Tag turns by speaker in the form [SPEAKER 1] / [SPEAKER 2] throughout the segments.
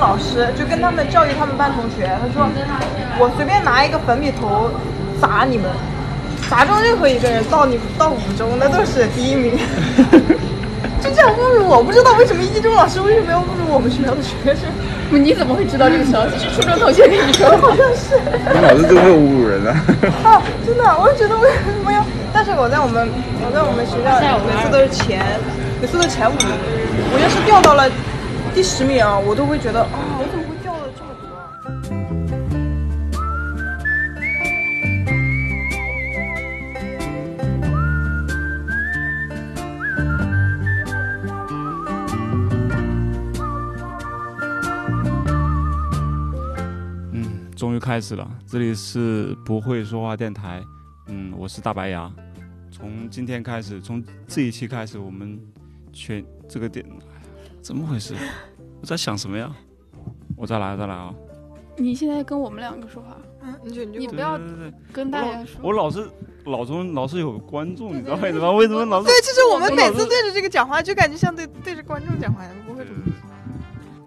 [SPEAKER 1] 老师，就跟他们教育他们班同学，他说我随便拿一个粉笔头砸你们，砸中任何一个人到你到五中那都是第一名。 就这样侮辱我，我不知道为什么一中老师为什么要侮辱我们学校的学生，
[SPEAKER 2] 你怎么会知道这个消息？是初中同学跟你说
[SPEAKER 1] 好像是。
[SPEAKER 3] 你老师真会侮辱人啊！
[SPEAKER 1] 啊，真的，我就觉得为什么要？但是我在我们我在我们学校每次都是前，每次都是前五名，我要是掉到了第十名啊，我都会觉得啊，我怎么会掉了这么多啊？
[SPEAKER 4] 嗯，终于开始了，这里是不会说话电台。嗯，我是大白牙。从今天开始，从这一期开始，我们全这个电，哎呀怎么回事？我在想什么呀？我再来，再来啊！
[SPEAKER 2] 你现在跟我们两个说话，
[SPEAKER 1] 嗯，你就你
[SPEAKER 2] 你
[SPEAKER 1] 就
[SPEAKER 2] 不要
[SPEAKER 4] 对对对对
[SPEAKER 2] 跟大家说。
[SPEAKER 4] 我老是老中老是有观众，
[SPEAKER 2] 对
[SPEAKER 4] 你知道
[SPEAKER 2] 对
[SPEAKER 4] 为
[SPEAKER 2] 对
[SPEAKER 4] 什么？为什么老是？
[SPEAKER 1] 对，就是我们
[SPEAKER 4] 我
[SPEAKER 1] 每
[SPEAKER 4] 老
[SPEAKER 1] 次
[SPEAKER 4] 是
[SPEAKER 1] 对着这个讲话，就感觉像对对着观众讲话一样，不会
[SPEAKER 4] 对
[SPEAKER 1] 怎
[SPEAKER 4] 对
[SPEAKER 1] 么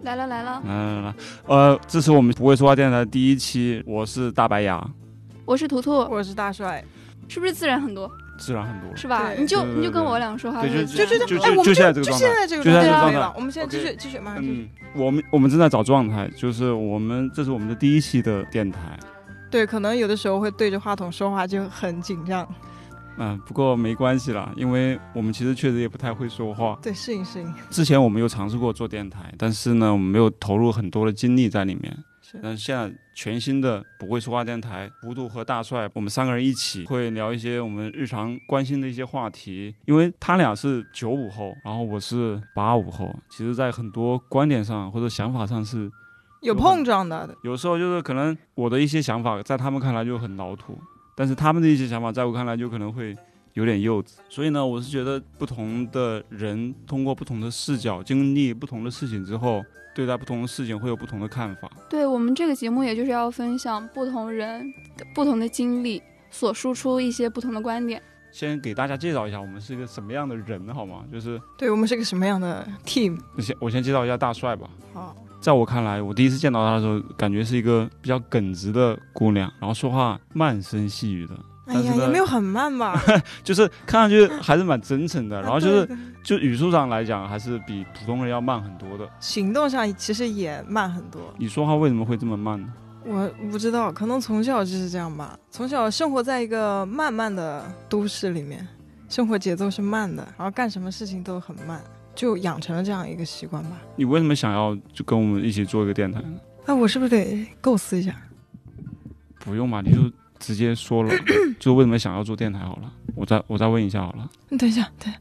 [SPEAKER 4] 对
[SPEAKER 2] 来了来了，
[SPEAKER 4] 来来来来，呃，这是我们不会说话电台的第一期，我是大白牙，
[SPEAKER 2] 我是图图，
[SPEAKER 1] 我是大帅，
[SPEAKER 2] 是不是自然很多？
[SPEAKER 4] 自然很多了。
[SPEAKER 2] 是吧？
[SPEAKER 1] 对
[SPEAKER 2] 你就
[SPEAKER 4] 对对对
[SPEAKER 2] 你就跟我两个说话
[SPEAKER 4] 对
[SPEAKER 2] 会
[SPEAKER 4] 就
[SPEAKER 2] 自
[SPEAKER 1] 就
[SPEAKER 2] 然
[SPEAKER 1] 就
[SPEAKER 2] 很
[SPEAKER 1] 就
[SPEAKER 2] 多，
[SPEAKER 4] 就
[SPEAKER 1] 哎，我们
[SPEAKER 4] 就现在
[SPEAKER 1] 就
[SPEAKER 4] 这个
[SPEAKER 1] 就
[SPEAKER 4] 状态
[SPEAKER 1] 现在这个
[SPEAKER 4] 就现
[SPEAKER 2] 在这个
[SPEAKER 1] 状
[SPEAKER 4] 状态
[SPEAKER 1] 了，我们现在继续继续，马上继续。
[SPEAKER 4] 嗯，我们我们正在找状态，就是我们这是我们的第一期的电台，
[SPEAKER 1] 对，可能有的时候会对着话筒说话就很紧张，
[SPEAKER 4] 嗯、不过没关系啦，因为我们其实确实也不太会说话。
[SPEAKER 1] 对，适应适应。
[SPEAKER 4] 之前我们有尝试过做电台，但是呢，我们没有投入很多的精力在里面。
[SPEAKER 1] 是
[SPEAKER 4] 但是现在全新的不会说话电台，糊涂和大帅，我们三个人一起会聊一些我们日常关心的一些话题。因为他俩是九五后，然后我是八五后，其实在很多观点上或者想法上是
[SPEAKER 1] 有碰撞的，
[SPEAKER 4] 有时候就是可能我的一些想法，在他们看来就很老土，但是他们的一些想法，在我看来就可能会有点幼稚。所以呢，我是觉得不同的人通过不同的视角经历不同的事情之后，对待不同的事情会有不同的看法。
[SPEAKER 2] 对我们这个节目，也就是要分享不同人、不同的经历所输出一些不同的观点。
[SPEAKER 4] 先给大家介绍一下我们是一个什么样的人，好吗？就是
[SPEAKER 1] 对我们是个什么样的 team？
[SPEAKER 4] 我先我先介绍一下大帅吧。
[SPEAKER 1] 好，
[SPEAKER 4] 在我看来，我第一次见到她的时候，感觉是一个比较耿直的姑娘，然后说话慢声细语的，
[SPEAKER 1] 哎
[SPEAKER 4] 但是
[SPEAKER 1] 呀，
[SPEAKER 4] 呢
[SPEAKER 1] 也没有很慢吧，
[SPEAKER 4] 就是看上去还是蛮真诚 的。然后就是
[SPEAKER 1] 对对
[SPEAKER 4] 就语速上来讲，还是比普通人要慢很多的。
[SPEAKER 1] 行动上其实也慢很多。
[SPEAKER 4] 你说话为什么会这么慢呢？
[SPEAKER 1] 我不知道，可能从小就是这样吧，从小生活在一个慢慢的都市里面，生活节奏是慢的，然后干什么事情都很慢，就养成了这样一个习惯吧。
[SPEAKER 4] 你为什么想要就跟我们一起做一个电台呢？
[SPEAKER 1] 那我是不是得构思一下？
[SPEAKER 4] 不用嘛，你就直接说 了，就为什么想要做电台好了。我再我再问一下好了，
[SPEAKER 1] 你嗯等一下，对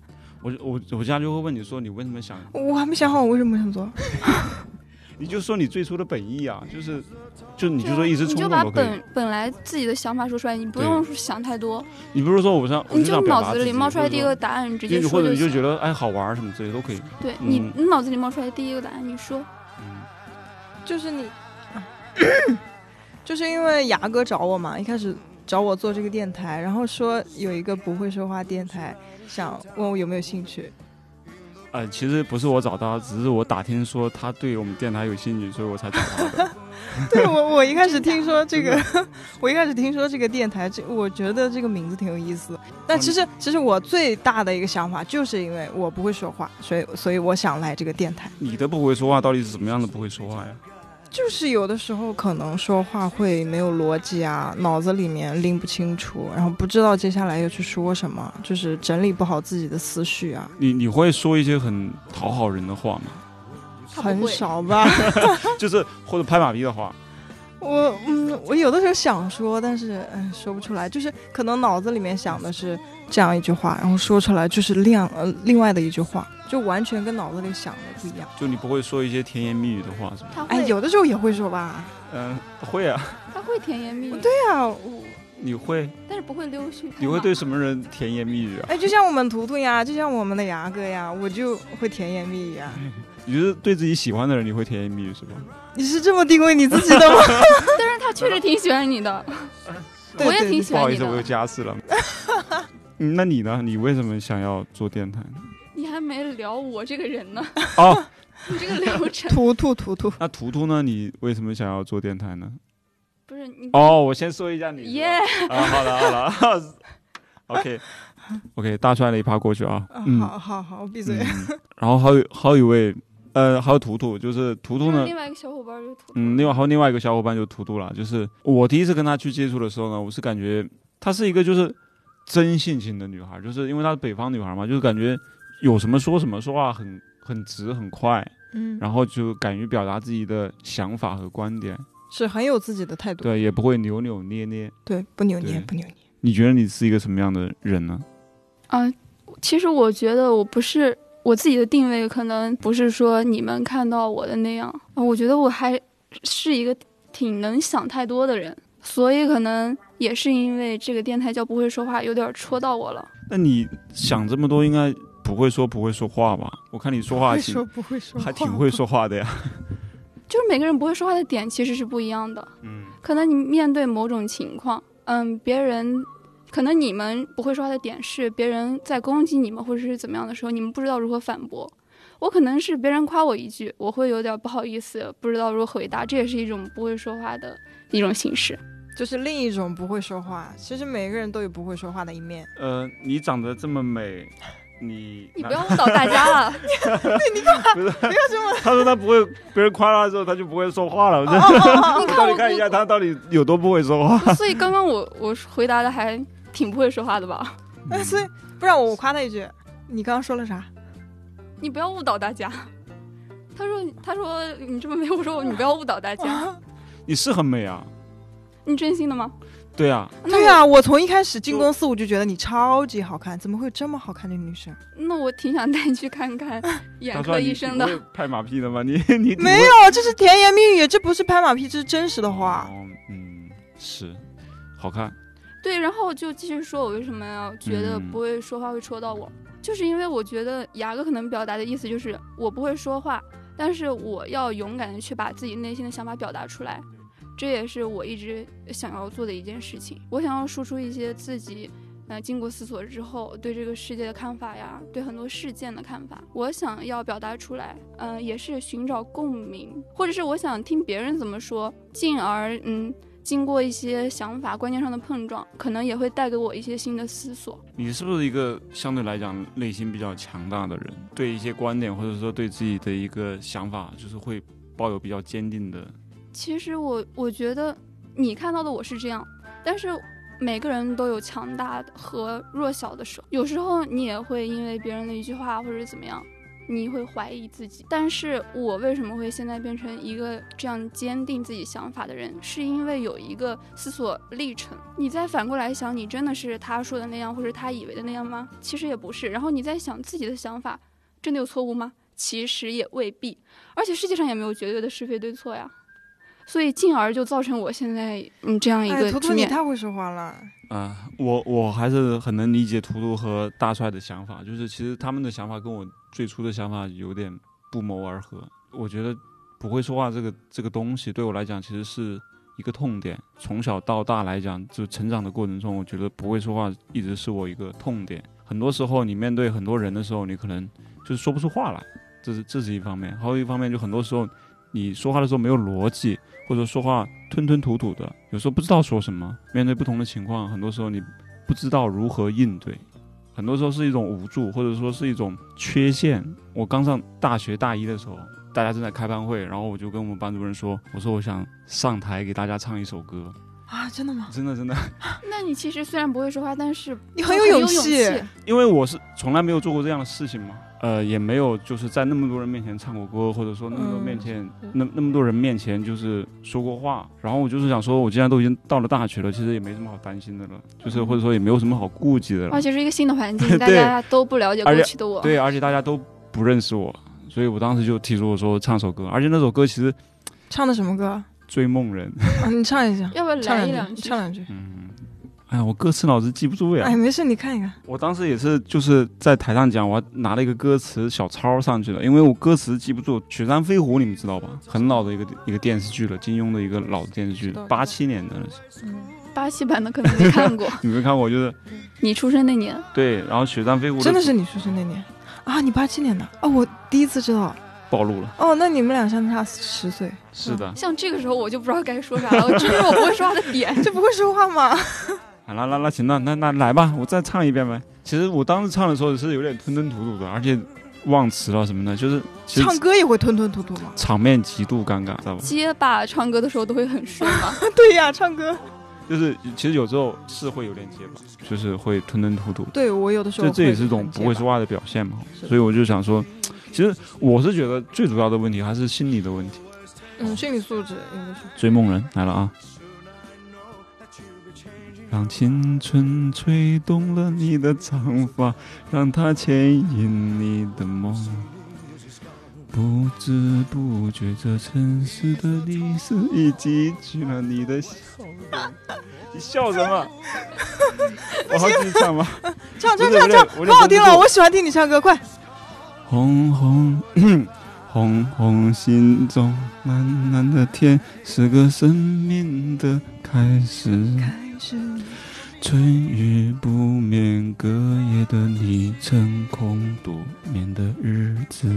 [SPEAKER 4] 我就我我家就会问你说你为什么想，
[SPEAKER 1] 我还没想好我为什么想做。
[SPEAKER 4] 你就说你最初的本意啊，就是就你
[SPEAKER 2] 你
[SPEAKER 4] 就说一时
[SPEAKER 2] 你
[SPEAKER 4] 冲
[SPEAKER 2] 就
[SPEAKER 4] 动
[SPEAKER 2] 把
[SPEAKER 4] 都可以。
[SPEAKER 2] 本本来自己的想法说出来，你不
[SPEAKER 4] 对
[SPEAKER 2] 用想太多，
[SPEAKER 4] 你不是说我想，我
[SPEAKER 2] 你
[SPEAKER 4] 想
[SPEAKER 2] 就
[SPEAKER 4] 表达
[SPEAKER 2] 脑子
[SPEAKER 4] 自
[SPEAKER 2] 里
[SPEAKER 4] 己
[SPEAKER 2] 冒出来第一，
[SPEAKER 4] 或
[SPEAKER 2] 个
[SPEAKER 4] 者
[SPEAKER 2] 答案，你直
[SPEAKER 4] 说
[SPEAKER 2] 接
[SPEAKER 4] 因为你
[SPEAKER 2] 说
[SPEAKER 4] 或者
[SPEAKER 2] 就
[SPEAKER 4] 你就
[SPEAKER 2] 行。
[SPEAKER 4] 觉得哎好玩儿什么之类的都可以。
[SPEAKER 2] 对
[SPEAKER 4] 嗯
[SPEAKER 2] 你，你脑子里冒出来第一个答案，你说
[SPEAKER 4] 嗯，
[SPEAKER 1] 就是你，啊就是因为牙哥找我嘛，一开始找我做这个电台，然后说有一个不会说话电台，想问我有没有兴趣。
[SPEAKER 4] 呃，其实不是我找他，只是我打听说他对我们电台有兴趣，所以我才找他的。
[SPEAKER 1] 对我，我一开始
[SPEAKER 2] 啊
[SPEAKER 1] 听说这个， 我一开始听说这个电台，这我觉得这个名字挺有意思的。
[SPEAKER 2] 嗯
[SPEAKER 1] 但其实，其实我最大的一个想法，就是因为我不会说话，所以所以我想来这个电台。
[SPEAKER 4] 你的不会说话到底是怎么样的不会说话呀？
[SPEAKER 1] 就是有的时候可能说话会没有逻辑啊，脑子里面拎不清楚，然后不知道接下来要去说什么，就是整理不好自己的思绪啊，
[SPEAKER 4] 你你会说一些很讨好人的话 吗？
[SPEAKER 2] 他不
[SPEAKER 1] 很
[SPEAKER 2] 会。
[SPEAKER 1] 少吧。
[SPEAKER 4] 就是或者拍马屁的话，
[SPEAKER 1] 我嗯，我有的时候想说，但是嗯说不出来，就是可能脑子里面想的是这样一句话，然后说出来就是另呃另外的一句话，就完全跟脑子里想的不一样。
[SPEAKER 4] 就你不会说一些甜言蜜语的话，是吗？
[SPEAKER 2] 他会，
[SPEAKER 1] 哎，有的时候也会说吧。
[SPEAKER 4] 嗯，会啊，
[SPEAKER 2] 他会甜言蜜语，
[SPEAKER 1] 对呀、我
[SPEAKER 4] 你会，
[SPEAKER 2] 但是不会溜须拍马。
[SPEAKER 4] 你会对什么人甜言蜜语啊？
[SPEAKER 1] 哎，就像我们图图呀，就像我们的牙哥呀，我就会甜言蜜语啊。
[SPEAKER 4] 你就是对自己喜欢的人，你会甜言蜜语是吧？
[SPEAKER 1] 你是这么定位你自己的吗？
[SPEAKER 2] 但是他确实挺喜欢你的，
[SPEAKER 1] 对
[SPEAKER 2] 我也
[SPEAKER 1] 对
[SPEAKER 2] 挺
[SPEAKER 1] 对
[SPEAKER 2] 喜
[SPEAKER 4] 不好
[SPEAKER 2] 欢
[SPEAKER 4] 意
[SPEAKER 2] 你
[SPEAKER 4] 思，我有
[SPEAKER 2] 的。
[SPEAKER 4] 家室了。嗯那你呢？你为什么想要做电台呢？
[SPEAKER 2] 你还没聊我这个人呢，
[SPEAKER 4] 哦，
[SPEAKER 2] 这个流程
[SPEAKER 1] 图图图图，
[SPEAKER 4] 那图图呢？你为什么想要做电台呢？
[SPEAKER 2] 不是你
[SPEAKER 4] 哦，我先说一下你。
[SPEAKER 2] 耶，
[SPEAKER 4] 啊，好了 好了，OK OK，大帅了一趴过去啊。嗯，
[SPEAKER 1] 好好好，我闭嘴。
[SPEAKER 4] 嗯然后还有还有一位，呃，还有图图，就是图图
[SPEAKER 2] 然后
[SPEAKER 4] 呢
[SPEAKER 2] 另，外一个小伙伴就吐。
[SPEAKER 4] 嗯，另外还有另外一个小伙伴就是图图了，就是我第一次跟她去接触的时候呢，我是感觉她是一个就是真性情的女孩，就是因为她是北方女孩嘛，就是感觉有什么说什么，说话很很直很快，
[SPEAKER 1] 嗯，
[SPEAKER 4] 然后就敢于表达自己的想法和观点，
[SPEAKER 1] 是很有自己的态度，
[SPEAKER 4] 对，也不会扭扭捏捏。
[SPEAKER 1] 对，不扭捏，
[SPEAKER 4] 对
[SPEAKER 1] 不扭捏。
[SPEAKER 4] 你觉得你是一个什么样的人呢？
[SPEAKER 2] 啊，其实我觉得我不是我自己的定位，可能不是说你们看到我的那样啊。我觉得我还是一个挺能想太多的人，所以可能也是因为这个电台叫不会说话，有点戳到我了。
[SPEAKER 4] 那你想这么多，应该不会说不会说话吧？我看你说话还
[SPEAKER 1] 会
[SPEAKER 4] 挺
[SPEAKER 1] 说不会说，
[SPEAKER 4] 还挺会。说话的呀。
[SPEAKER 2] 就是每个人不会说话的点其实是不一样的，
[SPEAKER 4] 嗯，
[SPEAKER 2] 可能你面对某种情况，嗯，别人。可能你们不会说话的点是，别人在攻击你们或者是怎么样的时候，你们不知道如何反驳。我可能是别人夸我一句，我会有点不好意思，不知道如何回答，这也是一种不会说话的一种形式。
[SPEAKER 1] 就是另一种不会说话。其实每个人都有不会说话的一面。
[SPEAKER 4] 呃，你长得这么美，你
[SPEAKER 2] 你不要误导大家啊了，
[SPEAKER 4] 他说他不会，别人夸他的时候他就不会说话了。我 这
[SPEAKER 2] 你
[SPEAKER 4] 到
[SPEAKER 2] 看
[SPEAKER 4] 底
[SPEAKER 2] 我
[SPEAKER 4] 看一下他 到底有多不会说话。
[SPEAKER 2] 我，所以刚刚我我回答的还挺不会说话的吧？
[SPEAKER 4] 嗯
[SPEAKER 1] 哎， 所以不然我夸他一句，你刚刚说 了啥？
[SPEAKER 2] 你不要误导大家。他说他说你这么美，我说你不要误导大家，
[SPEAKER 4] 你是很美啊，
[SPEAKER 2] 你真心的吗？
[SPEAKER 4] 对啊，
[SPEAKER 1] 对呀、我从一开始进公司我就觉得你超级好看，怎么会有这么好看的女生？
[SPEAKER 2] 那我挺想带你去看看
[SPEAKER 1] 哎
[SPEAKER 2] 眼
[SPEAKER 4] 他
[SPEAKER 2] 科
[SPEAKER 4] 说
[SPEAKER 2] 医
[SPEAKER 4] 你
[SPEAKER 2] 生
[SPEAKER 4] 你不
[SPEAKER 2] 的。
[SPEAKER 4] 会拍马屁的吗？你 你挺会
[SPEAKER 1] 没有，这是甜言蜜语，这不是拍马屁，这是真实的话。
[SPEAKER 4] 哦嗯，是好看。
[SPEAKER 2] 对，然后就继续说我为什么要觉得
[SPEAKER 4] 嗯
[SPEAKER 2] 不会说话会戳到我，就是因为我觉得牙哥可能表达的意思就是我不会说话，但是我要勇敢的去把自己内心的想法表达出来，这也是我一直想要做的一件事情。我想要输出一些自己。呃，经过思索之后，对这个世界的看法呀，对很多事件的看法，我想要表达出来，嗯、也是寻找共鸣，或者是我想听别人怎么说，进而嗯，经过一些想法、观念上的碰撞，可能也会带给我一些新的思索。
[SPEAKER 4] 你是不是一个相对来讲内心比较强大的人？对一些观点或者说对自己的一个想法，就是会抱有比较坚定的。
[SPEAKER 2] 其实我我觉得你看到的我是这样，但是每个人都有强大的和弱小的时候，有时候你也会因为别人的一句话或者怎么样，你会怀疑自己。但是我为什么会现在变成一个这样坚定自己想法的人，是因为有一个思索历程。你再反过来想，你真的是他说的那样，或者他以为的那样吗？其实也不是。然后你再想自己的想法，真的有错误吗？其实也未必，而且世界上也没有绝对的是非对错呀。所以，进而就造成我现在嗯这样一
[SPEAKER 1] 哎，
[SPEAKER 2] 个
[SPEAKER 1] 图
[SPEAKER 2] 局
[SPEAKER 1] 图你
[SPEAKER 2] 面。
[SPEAKER 1] 太会说话了，
[SPEAKER 4] 啊、我我还是很能理解图图和大帅的想法，就是其实他们的想法跟我最初的想法有点不谋而合。我觉得不会说话这个这个东西对我来讲其实是一个痛点，从小到大来讲，就成长的过程中，我觉得不会说话一直是我一个痛点。很多时候你面对很多人的时候，你可能就是说不出话来，这是这是一方面，还有一方面就很多时候你说话的时候没有逻辑，或者说话吞吞吐吐的，有时候不知道说什么。面对不同的情况，很多时候你不知道如何应对，很多时候是一种无助，或者说是一种缺陷。我刚上大学大一的时候，大家正在开班会，然后我就跟我们班主任说：“我说我想上台给大家唱一首歌。
[SPEAKER 1] 啊，真的吗”？
[SPEAKER 4] 真的真的，
[SPEAKER 2] 那你其实虽然不会说话，但是
[SPEAKER 1] 你
[SPEAKER 2] 就
[SPEAKER 1] 很有
[SPEAKER 2] 有
[SPEAKER 1] 勇气
[SPEAKER 2] 气。
[SPEAKER 4] 因为我是从来没有做过这样的事情嘛，呃，也没有就是在那么多人面前唱过歌，或者说那么多面前、
[SPEAKER 1] 嗯
[SPEAKER 4] 那那么多人面前就是说过话。然后我就是想说，我既然都已经到了大学了，其实也没什么好担心的了，就是或者说也没有什么好顾忌的了
[SPEAKER 2] 而。且是一个新的环境，大
[SPEAKER 4] 对
[SPEAKER 2] 家都不了解
[SPEAKER 4] 而
[SPEAKER 2] 过
[SPEAKER 4] 且
[SPEAKER 2] 去的我。
[SPEAKER 4] 对，而且大家都不认识我，所以我当时就提出我说唱首歌，而且那首歌其实《
[SPEAKER 1] 唱的什么歌？啊，
[SPEAKER 4] 追梦人》，
[SPEAKER 1] 你唱一下，
[SPEAKER 2] 要不要
[SPEAKER 1] 唱
[SPEAKER 2] 来一
[SPEAKER 1] 两
[SPEAKER 2] 两
[SPEAKER 1] 句，
[SPEAKER 2] 句
[SPEAKER 1] 唱？两句。
[SPEAKER 4] 嗯，哎呀，我歌词老是记不住呀
[SPEAKER 1] 哎，。没事，你看一看。
[SPEAKER 4] 我当时也是就是在台上讲，我还拿了一个歌词小抄上去的，因为我歌词记不住。《雪山飞狐》你们知道
[SPEAKER 1] 嗯
[SPEAKER 4] 吧？很老的一个一个电视剧了，金庸的一个老的电视剧
[SPEAKER 1] 知道，
[SPEAKER 4] 八七年的了，
[SPEAKER 1] 嗯，
[SPEAKER 2] 巴西版的可能没看 过，
[SPEAKER 4] 你没看过？就是
[SPEAKER 2] 你出生那 年，
[SPEAKER 4] 对，然后《雪山飞狐》
[SPEAKER 1] 哦真的是你出生那年啊？你八七年的啊？我第一次知道。
[SPEAKER 4] 暴露了。
[SPEAKER 1] 哦，那你们俩相差十岁，
[SPEAKER 4] 是的，
[SPEAKER 2] 像这个时候我就不知道该说啥 了，我这是我不会说话的点。
[SPEAKER 1] 这不会说话吗？
[SPEAKER 4] 好啦啦啦，行了，那那哎来吧，我再唱一遍呗。其实我当时唱的时候是有点吞吞吐吐的，而且忘词了什么的，就是其实
[SPEAKER 1] 唱歌也会吞吞吐吐吗？
[SPEAKER 4] 场面极度尴尬，知道吧？
[SPEAKER 1] 嗯
[SPEAKER 2] 结巴唱歌的时候都会很顺 嘛，
[SPEAKER 1] 对呀，唱歌。
[SPEAKER 4] 就是其实有时候是会有点结巴，就是会吞吞吐吐。
[SPEAKER 1] 对我有的时候
[SPEAKER 4] 这
[SPEAKER 1] 会
[SPEAKER 4] 这也是一种
[SPEAKER 1] 很结
[SPEAKER 4] 不会
[SPEAKER 1] 巴
[SPEAKER 4] 说话的表现嘛。
[SPEAKER 1] 是的
[SPEAKER 4] 所以我就想说，其实我是觉得最主要的问题还是心理的问题。
[SPEAKER 1] 嗯，心理素质应该是。
[SPEAKER 4] 追梦人来了啊！让青春吹动了你的长发，让它牵引你的梦。不知不觉，这城市的历史已汲取了你的笑容。 你笑什么？我好紧张啊吧。
[SPEAKER 1] 唱唱
[SPEAKER 4] 不是
[SPEAKER 1] 唱
[SPEAKER 4] 不是
[SPEAKER 1] 唱，
[SPEAKER 4] 我
[SPEAKER 1] 可
[SPEAKER 4] 忍
[SPEAKER 1] 好
[SPEAKER 4] 不
[SPEAKER 1] 听
[SPEAKER 4] 住
[SPEAKER 1] 了，我喜欢听你唱歌，快！
[SPEAKER 4] 红红 红红心中蓝蓝的天，是个生命的开始。春雨不眠，隔夜的你成空独眠的日子，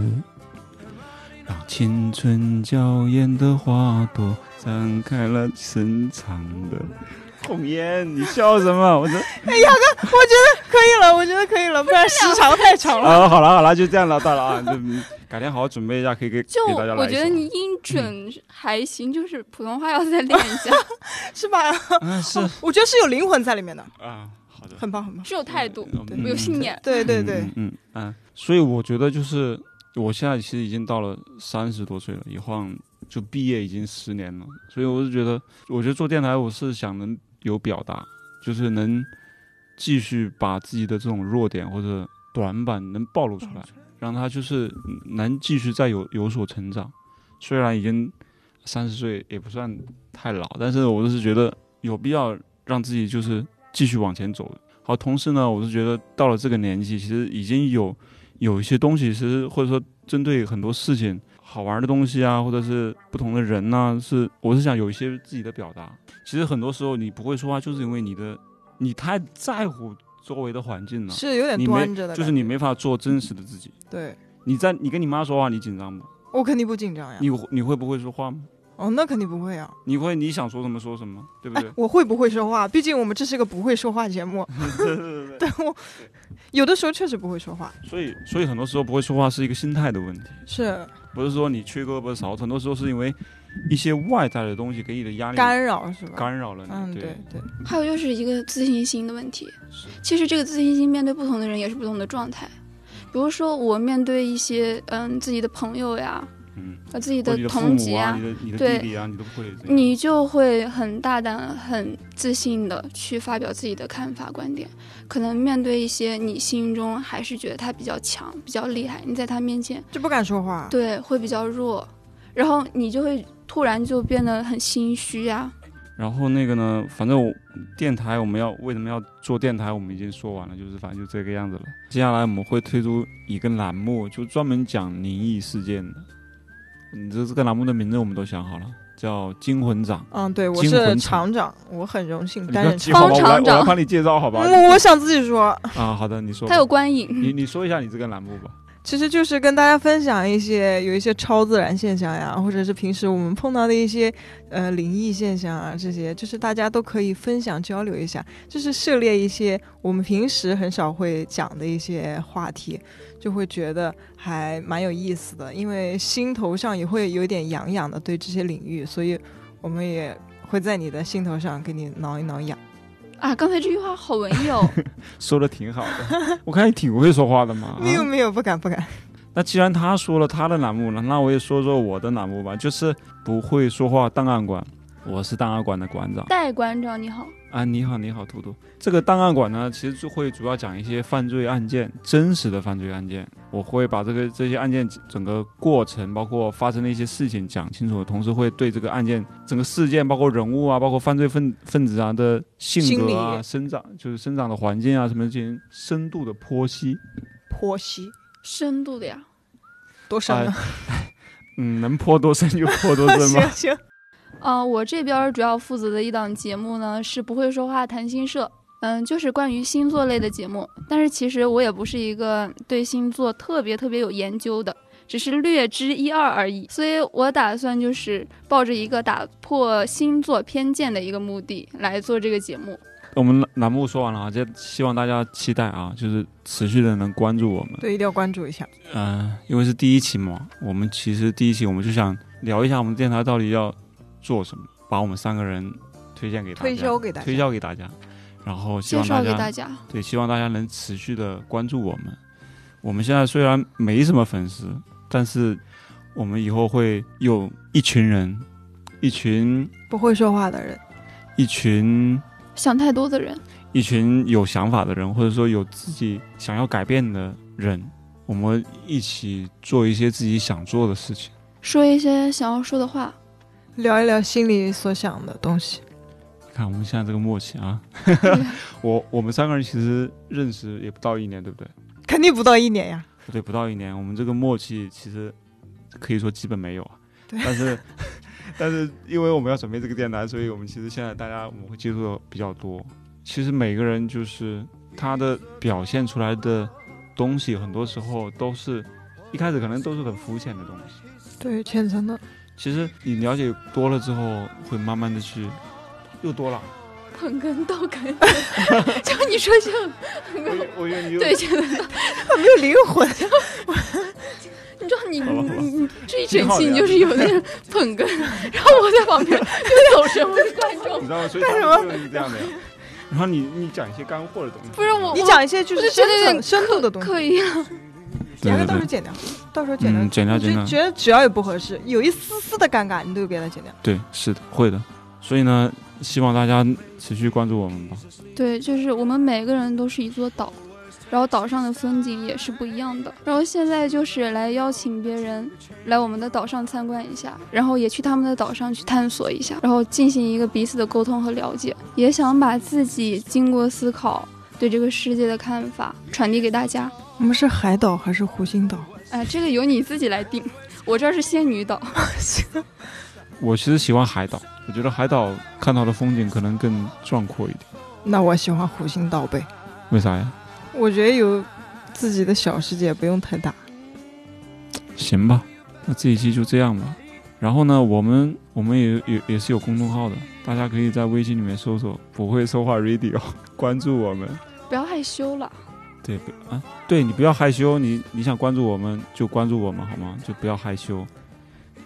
[SPEAKER 4] 让青春娇艳的花朵展开了深长的。红颜，你笑什么？我这
[SPEAKER 1] 我觉得可以了，我觉得可以了，不然时长太长 了。
[SPEAKER 4] 啊，好了好了，就这样了，到了啊，就改天好好准备一下，可以给
[SPEAKER 2] 就
[SPEAKER 4] 给大家来一
[SPEAKER 2] 我觉得
[SPEAKER 4] 首
[SPEAKER 2] 你音准还行，就是普通话要再练一 下，
[SPEAKER 1] 是吧？
[SPEAKER 4] 啊是
[SPEAKER 1] 我觉得是有灵魂在里面的，
[SPEAKER 4] 啊，好的，
[SPEAKER 1] 很棒很棒。
[SPEAKER 2] 只有态度，
[SPEAKER 4] 嗯
[SPEAKER 2] 有信念。
[SPEAKER 1] 对对对，，
[SPEAKER 4] 嗯嗯嗯嗯，所以我觉得就是我现在其实已经到了三十多岁了，一晃就毕业已经十年了，所以我是觉得，我觉得做电台我是想能有表达，就是能继续把自己的这种弱点或者短板能暴露出来，
[SPEAKER 1] 嗯
[SPEAKER 4] 让他就是嗯能继续再有有所成长。虽然已经三十岁也不算太老，但是我就是觉得有必要让自己就是继续往前走。好，同时呢，我是觉得到了这个年纪，其实已经有有一些东西，其实或者说针对很多事情好玩的东西啊，或者是不同的人呐、是我是想有一些自己的表达。其实很多时候你不会说话，就是因为你的你太在乎周围的环境了，
[SPEAKER 1] 是有点
[SPEAKER 4] 你
[SPEAKER 1] 端着的感
[SPEAKER 4] 没
[SPEAKER 1] 觉，
[SPEAKER 4] 就是你没法做真实的自己。
[SPEAKER 1] 对。
[SPEAKER 4] 你在你跟你妈说话，你紧张不？
[SPEAKER 1] 我肯定不紧张呀。
[SPEAKER 4] 你你会不会说话吗？
[SPEAKER 1] 哦，那肯定不会啊。
[SPEAKER 4] 你会你想说什么说什么，对不
[SPEAKER 1] 哎
[SPEAKER 4] 对，？
[SPEAKER 1] 我会不会说话？毕竟我们这是个不会说话节 目。
[SPEAKER 4] 对对对对。
[SPEAKER 1] 但我有的时候确实不会说话，
[SPEAKER 4] 所以所以很多时候不会说话是一个心态的问题，
[SPEAKER 1] 是
[SPEAKER 4] 不是说你缺胳膊少腿，很多时候是因为一些外在的东西给你的压力
[SPEAKER 1] 干扰是吧？
[SPEAKER 4] 干扰了你。
[SPEAKER 1] 嗯，
[SPEAKER 4] 对
[SPEAKER 1] 对对，
[SPEAKER 2] 还有就是一个自信心的问题
[SPEAKER 4] 是。
[SPEAKER 2] 其实这个自信心面对不同的人也是不同的状态。比如说我面对一些嗯自己的朋友呀，
[SPEAKER 4] 嗯，
[SPEAKER 2] 呃自己
[SPEAKER 4] 或者
[SPEAKER 2] 的
[SPEAKER 4] 你的父
[SPEAKER 2] 同
[SPEAKER 4] 母
[SPEAKER 2] 级
[SPEAKER 4] 啊，
[SPEAKER 2] 啊
[SPEAKER 4] 你，的你的
[SPEAKER 2] 对
[SPEAKER 4] 弟弟啊，你都不会这样。
[SPEAKER 2] 你就会很大胆、很自信的去发表自己的看法、观点。可能面对一些你心中还是觉得他比较强、比较厉害，你在他面前
[SPEAKER 1] 就不敢说话。
[SPEAKER 2] 对会比较弱，然后你就会突然就变得很心虚呀、
[SPEAKER 4] 然后那个呢，反正我电台我们要为什么要做电台，我们已经说完了，就是反正就这个样子了。接下来我们会推出一个栏目，就专门讲灵异事件的。你这这个栏目的名字我们都想好了，叫《惊魂掌》。
[SPEAKER 1] 嗯，对，我
[SPEAKER 4] 惊魂
[SPEAKER 1] 是
[SPEAKER 4] 场
[SPEAKER 1] 厂长，我很荣幸
[SPEAKER 4] 你
[SPEAKER 1] 担
[SPEAKER 4] 要
[SPEAKER 1] 任
[SPEAKER 4] 记
[SPEAKER 1] 厂
[SPEAKER 4] 好
[SPEAKER 2] 方
[SPEAKER 4] 吧，我来
[SPEAKER 2] 厂
[SPEAKER 4] 我来
[SPEAKER 2] 长
[SPEAKER 4] 帮你介绍好吧
[SPEAKER 1] 长。？我我想自己说，
[SPEAKER 4] 啊，好的，你说吧。
[SPEAKER 2] 他有观影，
[SPEAKER 4] 你你说一下你这个栏目吧。
[SPEAKER 1] 其实就是跟大家分享一些有一些超自然现象呀，或者是平时我们碰到的一些呃灵异现象啊，这些就是大家都可以分享交流一下，就是涉猎一些我们平时很少会讲的一些话题，就会觉得还蛮有意思的，因为心头上也会有点痒痒的对这些领域，所以我们也会在你的心头上给你挠一挠痒。
[SPEAKER 2] 啊，刚才这句话好文艺哦。
[SPEAKER 4] 说的挺好的， 我看你挺会说话的 嘛。啊
[SPEAKER 1] 没有没有，不敢不敢。
[SPEAKER 4] 那既然他说了他的栏目了，那我也说说我的栏目吧，就是不会说话档案馆。我是档案馆的馆长
[SPEAKER 2] 戴馆长你好，
[SPEAKER 4] 啊，你好，你好，图图。这个档案馆呢，其实就会主要讲一些犯罪案件，真实的犯罪案件。我会把这个这些案件整个过程，包括发生的一些事情讲清楚，同时会对这个案件整个事件，包括人物啊，包括犯罪分分子啊的性格啊、
[SPEAKER 1] 心理
[SPEAKER 4] 生长，就是生长的环境啊什么进行深度的剖析。
[SPEAKER 1] 剖析啊
[SPEAKER 2] 深度的呀。
[SPEAKER 1] 多深呢？
[SPEAKER 4] 哎 嗯，能泼多深就泼多深
[SPEAKER 1] 行
[SPEAKER 4] 吧。
[SPEAKER 1] 行，
[SPEAKER 2] 呃，我这边儿主要负责的一档节目呢是不会说话谈心社，嗯，就是关于星座类的节目。但是其实我也不是一个对星座特别特别有研究的，只是略知一二而已。所以我打算就是抱着一个打破星座偏见的一个目的来做这个节目。
[SPEAKER 4] 我们栏目说完了啊，这希望大家期待啊，就是持续的能关注我们。
[SPEAKER 1] 对，一定要关注一下。
[SPEAKER 4] 嗯，因为是第一期嘛，我们其实第一期我们就想聊一下我们电台到底要做什么，把我们三个人推荐给大家，
[SPEAKER 1] 推销给大家
[SPEAKER 4] 推销给大家，然后希
[SPEAKER 2] 介
[SPEAKER 4] 望
[SPEAKER 2] 绍
[SPEAKER 4] 大
[SPEAKER 2] 给
[SPEAKER 4] 家
[SPEAKER 2] 大家，
[SPEAKER 4] 对，希望大家能持续的关注我们。我们现在虽然没什么粉丝，但是我们以后会有一群人，一群
[SPEAKER 1] 不会说话的人，
[SPEAKER 4] 一群
[SPEAKER 2] 想太多的人，
[SPEAKER 4] 一群有想法的人，或者说有自己想要改变的人，我们一起做一些自己想做的事情。
[SPEAKER 2] 说一些想要说的话。
[SPEAKER 1] 聊一聊心里所想的东西。
[SPEAKER 4] 你看我们现在这个默契啊，我我们三个人其实认识也不到一年，对不对？
[SPEAKER 1] 肯定不到一年呀，
[SPEAKER 4] 不对，不到一年，我们这个默契其实可以说基本没有啊。
[SPEAKER 1] 对
[SPEAKER 4] 但是但是因为我们要准备这个电台，所以我们其实现在大家我们会接触的比较多。其实每个人就是他的表现出来的东西，很多时候都是一开始可能都是很肤浅的东西。
[SPEAKER 1] 对，浅层的。
[SPEAKER 4] 其实你了解多了之后，会慢慢的去又多了。
[SPEAKER 2] 捧哏逗哏， 就你说就
[SPEAKER 4] 我以为我以为你 又
[SPEAKER 2] 对，觉得
[SPEAKER 1] 他没有灵魂，
[SPEAKER 2] 你知道你
[SPEAKER 4] 好吧好吧
[SPEAKER 2] 你你这一整期
[SPEAKER 4] 啊
[SPEAKER 2] 你就是有那种捧哏，然后我在旁边就走神，我是观众
[SPEAKER 4] 你，知道吗？所以他
[SPEAKER 1] 干什么
[SPEAKER 4] 们就是这 样的呀。然后你你讲一些干货的东西，
[SPEAKER 2] 不是我
[SPEAKER 1] 你讲一些就
[SPEAKER 2] 我
[SPEAKER 1] 是
[SPEAKER 2] 就
[SPEAKER 1] 深
[SPEAKER 2] 觉得有
[SPEAKER 1] 层、
[SPEAKER 2] 点
[SPEAKER 1] 深度的东西，
[SPEAKER 2] 可以，
[SPEAKER 1] 剪掉到
[SPEAKER 4] 对对
[SPEAKER 1] 时候
[SPEAKER 4] 对
[SPEAKER 1] 剪掉，到时候剪掉，
[SPEAKER 4] 嗯剪掉
[SPEAKER 1] 你就
[SPEAKER 4] 剪掉
[SPEAKER 1] 觉得只要有不合适，有一丝丝的尴尬，你都别的剪掉。
[SPEAKER 4] 对，是的，会的。所以呢，希望大家持续关注我们吧。
[SPEAKER 2] 对，就是我们每个人都是一座岛，然后岛上的风景也是不一样的。然后现在就是来邀请别人来我们的岛上参观一下，然后也去他们的岛上去探索一下，然后进行一个彼此的沟通和了解，也想把自己经过思考对这个世界的看法传递给大家。
[SPEAKER 1] 我们是海岛还是湖心岛？
[SPEAKER 2] 哎，这个由你自己来定，我这儿是仙女岛。
[SPEAKER 4] 我其实喜欢海岛，我觉得海岛看到的风景可能更壮阔一点。
[SPEAKER 1] 那我喜欢湖心岛呗，
[SPEAKER 4] 为啥呀？
[SPEAKER 1] 我觉得有自己的小世界，不用太大。，
[SPEAKER 4] 行吧，那这一期就这样吧。然后呢，我们我们也也也是有公众号的，大家可以在微信里面搜索“不会说话 Radio”，关注我们。
[SPEAKER 2] 不要害羞了，
[SPEAKER 4] 对，不啊，对你不要害羞，你你想关注我们就关注我们好吗？就不要害羞。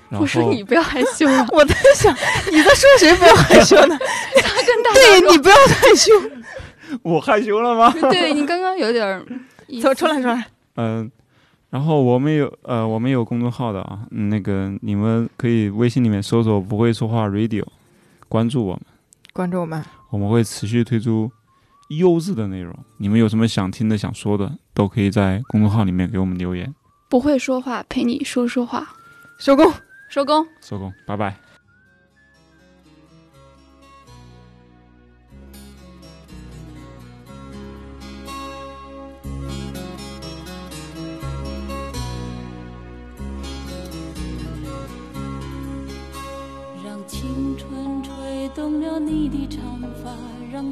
[SPEAKER 4] 然后
[SPEAKER 2] 我说你不要害羞了
[SPEAKER 1] 我在想，你在说谁不要害羞呢？
[SPEAKER 2] 他跟大
[SPEAKER 1] 对
[SPEAKER 2] 家
[SPEAKER 1] 你不要害羞，
[SPEAKER 4] 我害羞了吗？
[SPEAKER 2] 说，对你刚刚有点儿意思
[SPEAKER 1] 走出来出来。
[SPEAKER 4] 嗯，然后我们有呃，我们有公众号的啊，嗯那个你们可以微信里面搜索“不会说话 Radio”，关注我们，
[SPEAKER 1] 关注我们，
[SPEAKER 4] 我们会持续推出优质的内容。你们有什么想听的、想说的，都可以在公众号里面给我们留言。
[SPEAKER 2] 不会说话，陪你说说话。
[SPEAKER 1] 收工。
[SPEAKER 2] 收工。
[SPEAKER 4] 收工，拜拜。
[SPEAKER 5] 让青春吹动了你的长发，让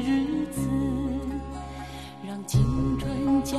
[SPEAKER 5] 日子，让青春娇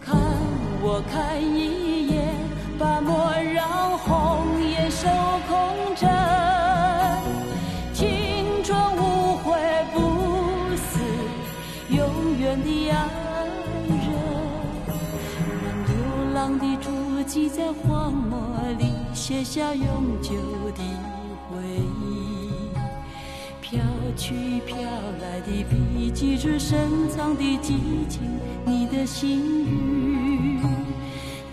[SPEAKER 5] 看我看一眼，把莫让红颜守空枕。青春无悔不死，永远的爱人。让流浪的足迹在荒漠里写下永久的回忆。飘去飘来的笔迹是深藏的激情，你的心语。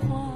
[SPEAKER 5] 怀。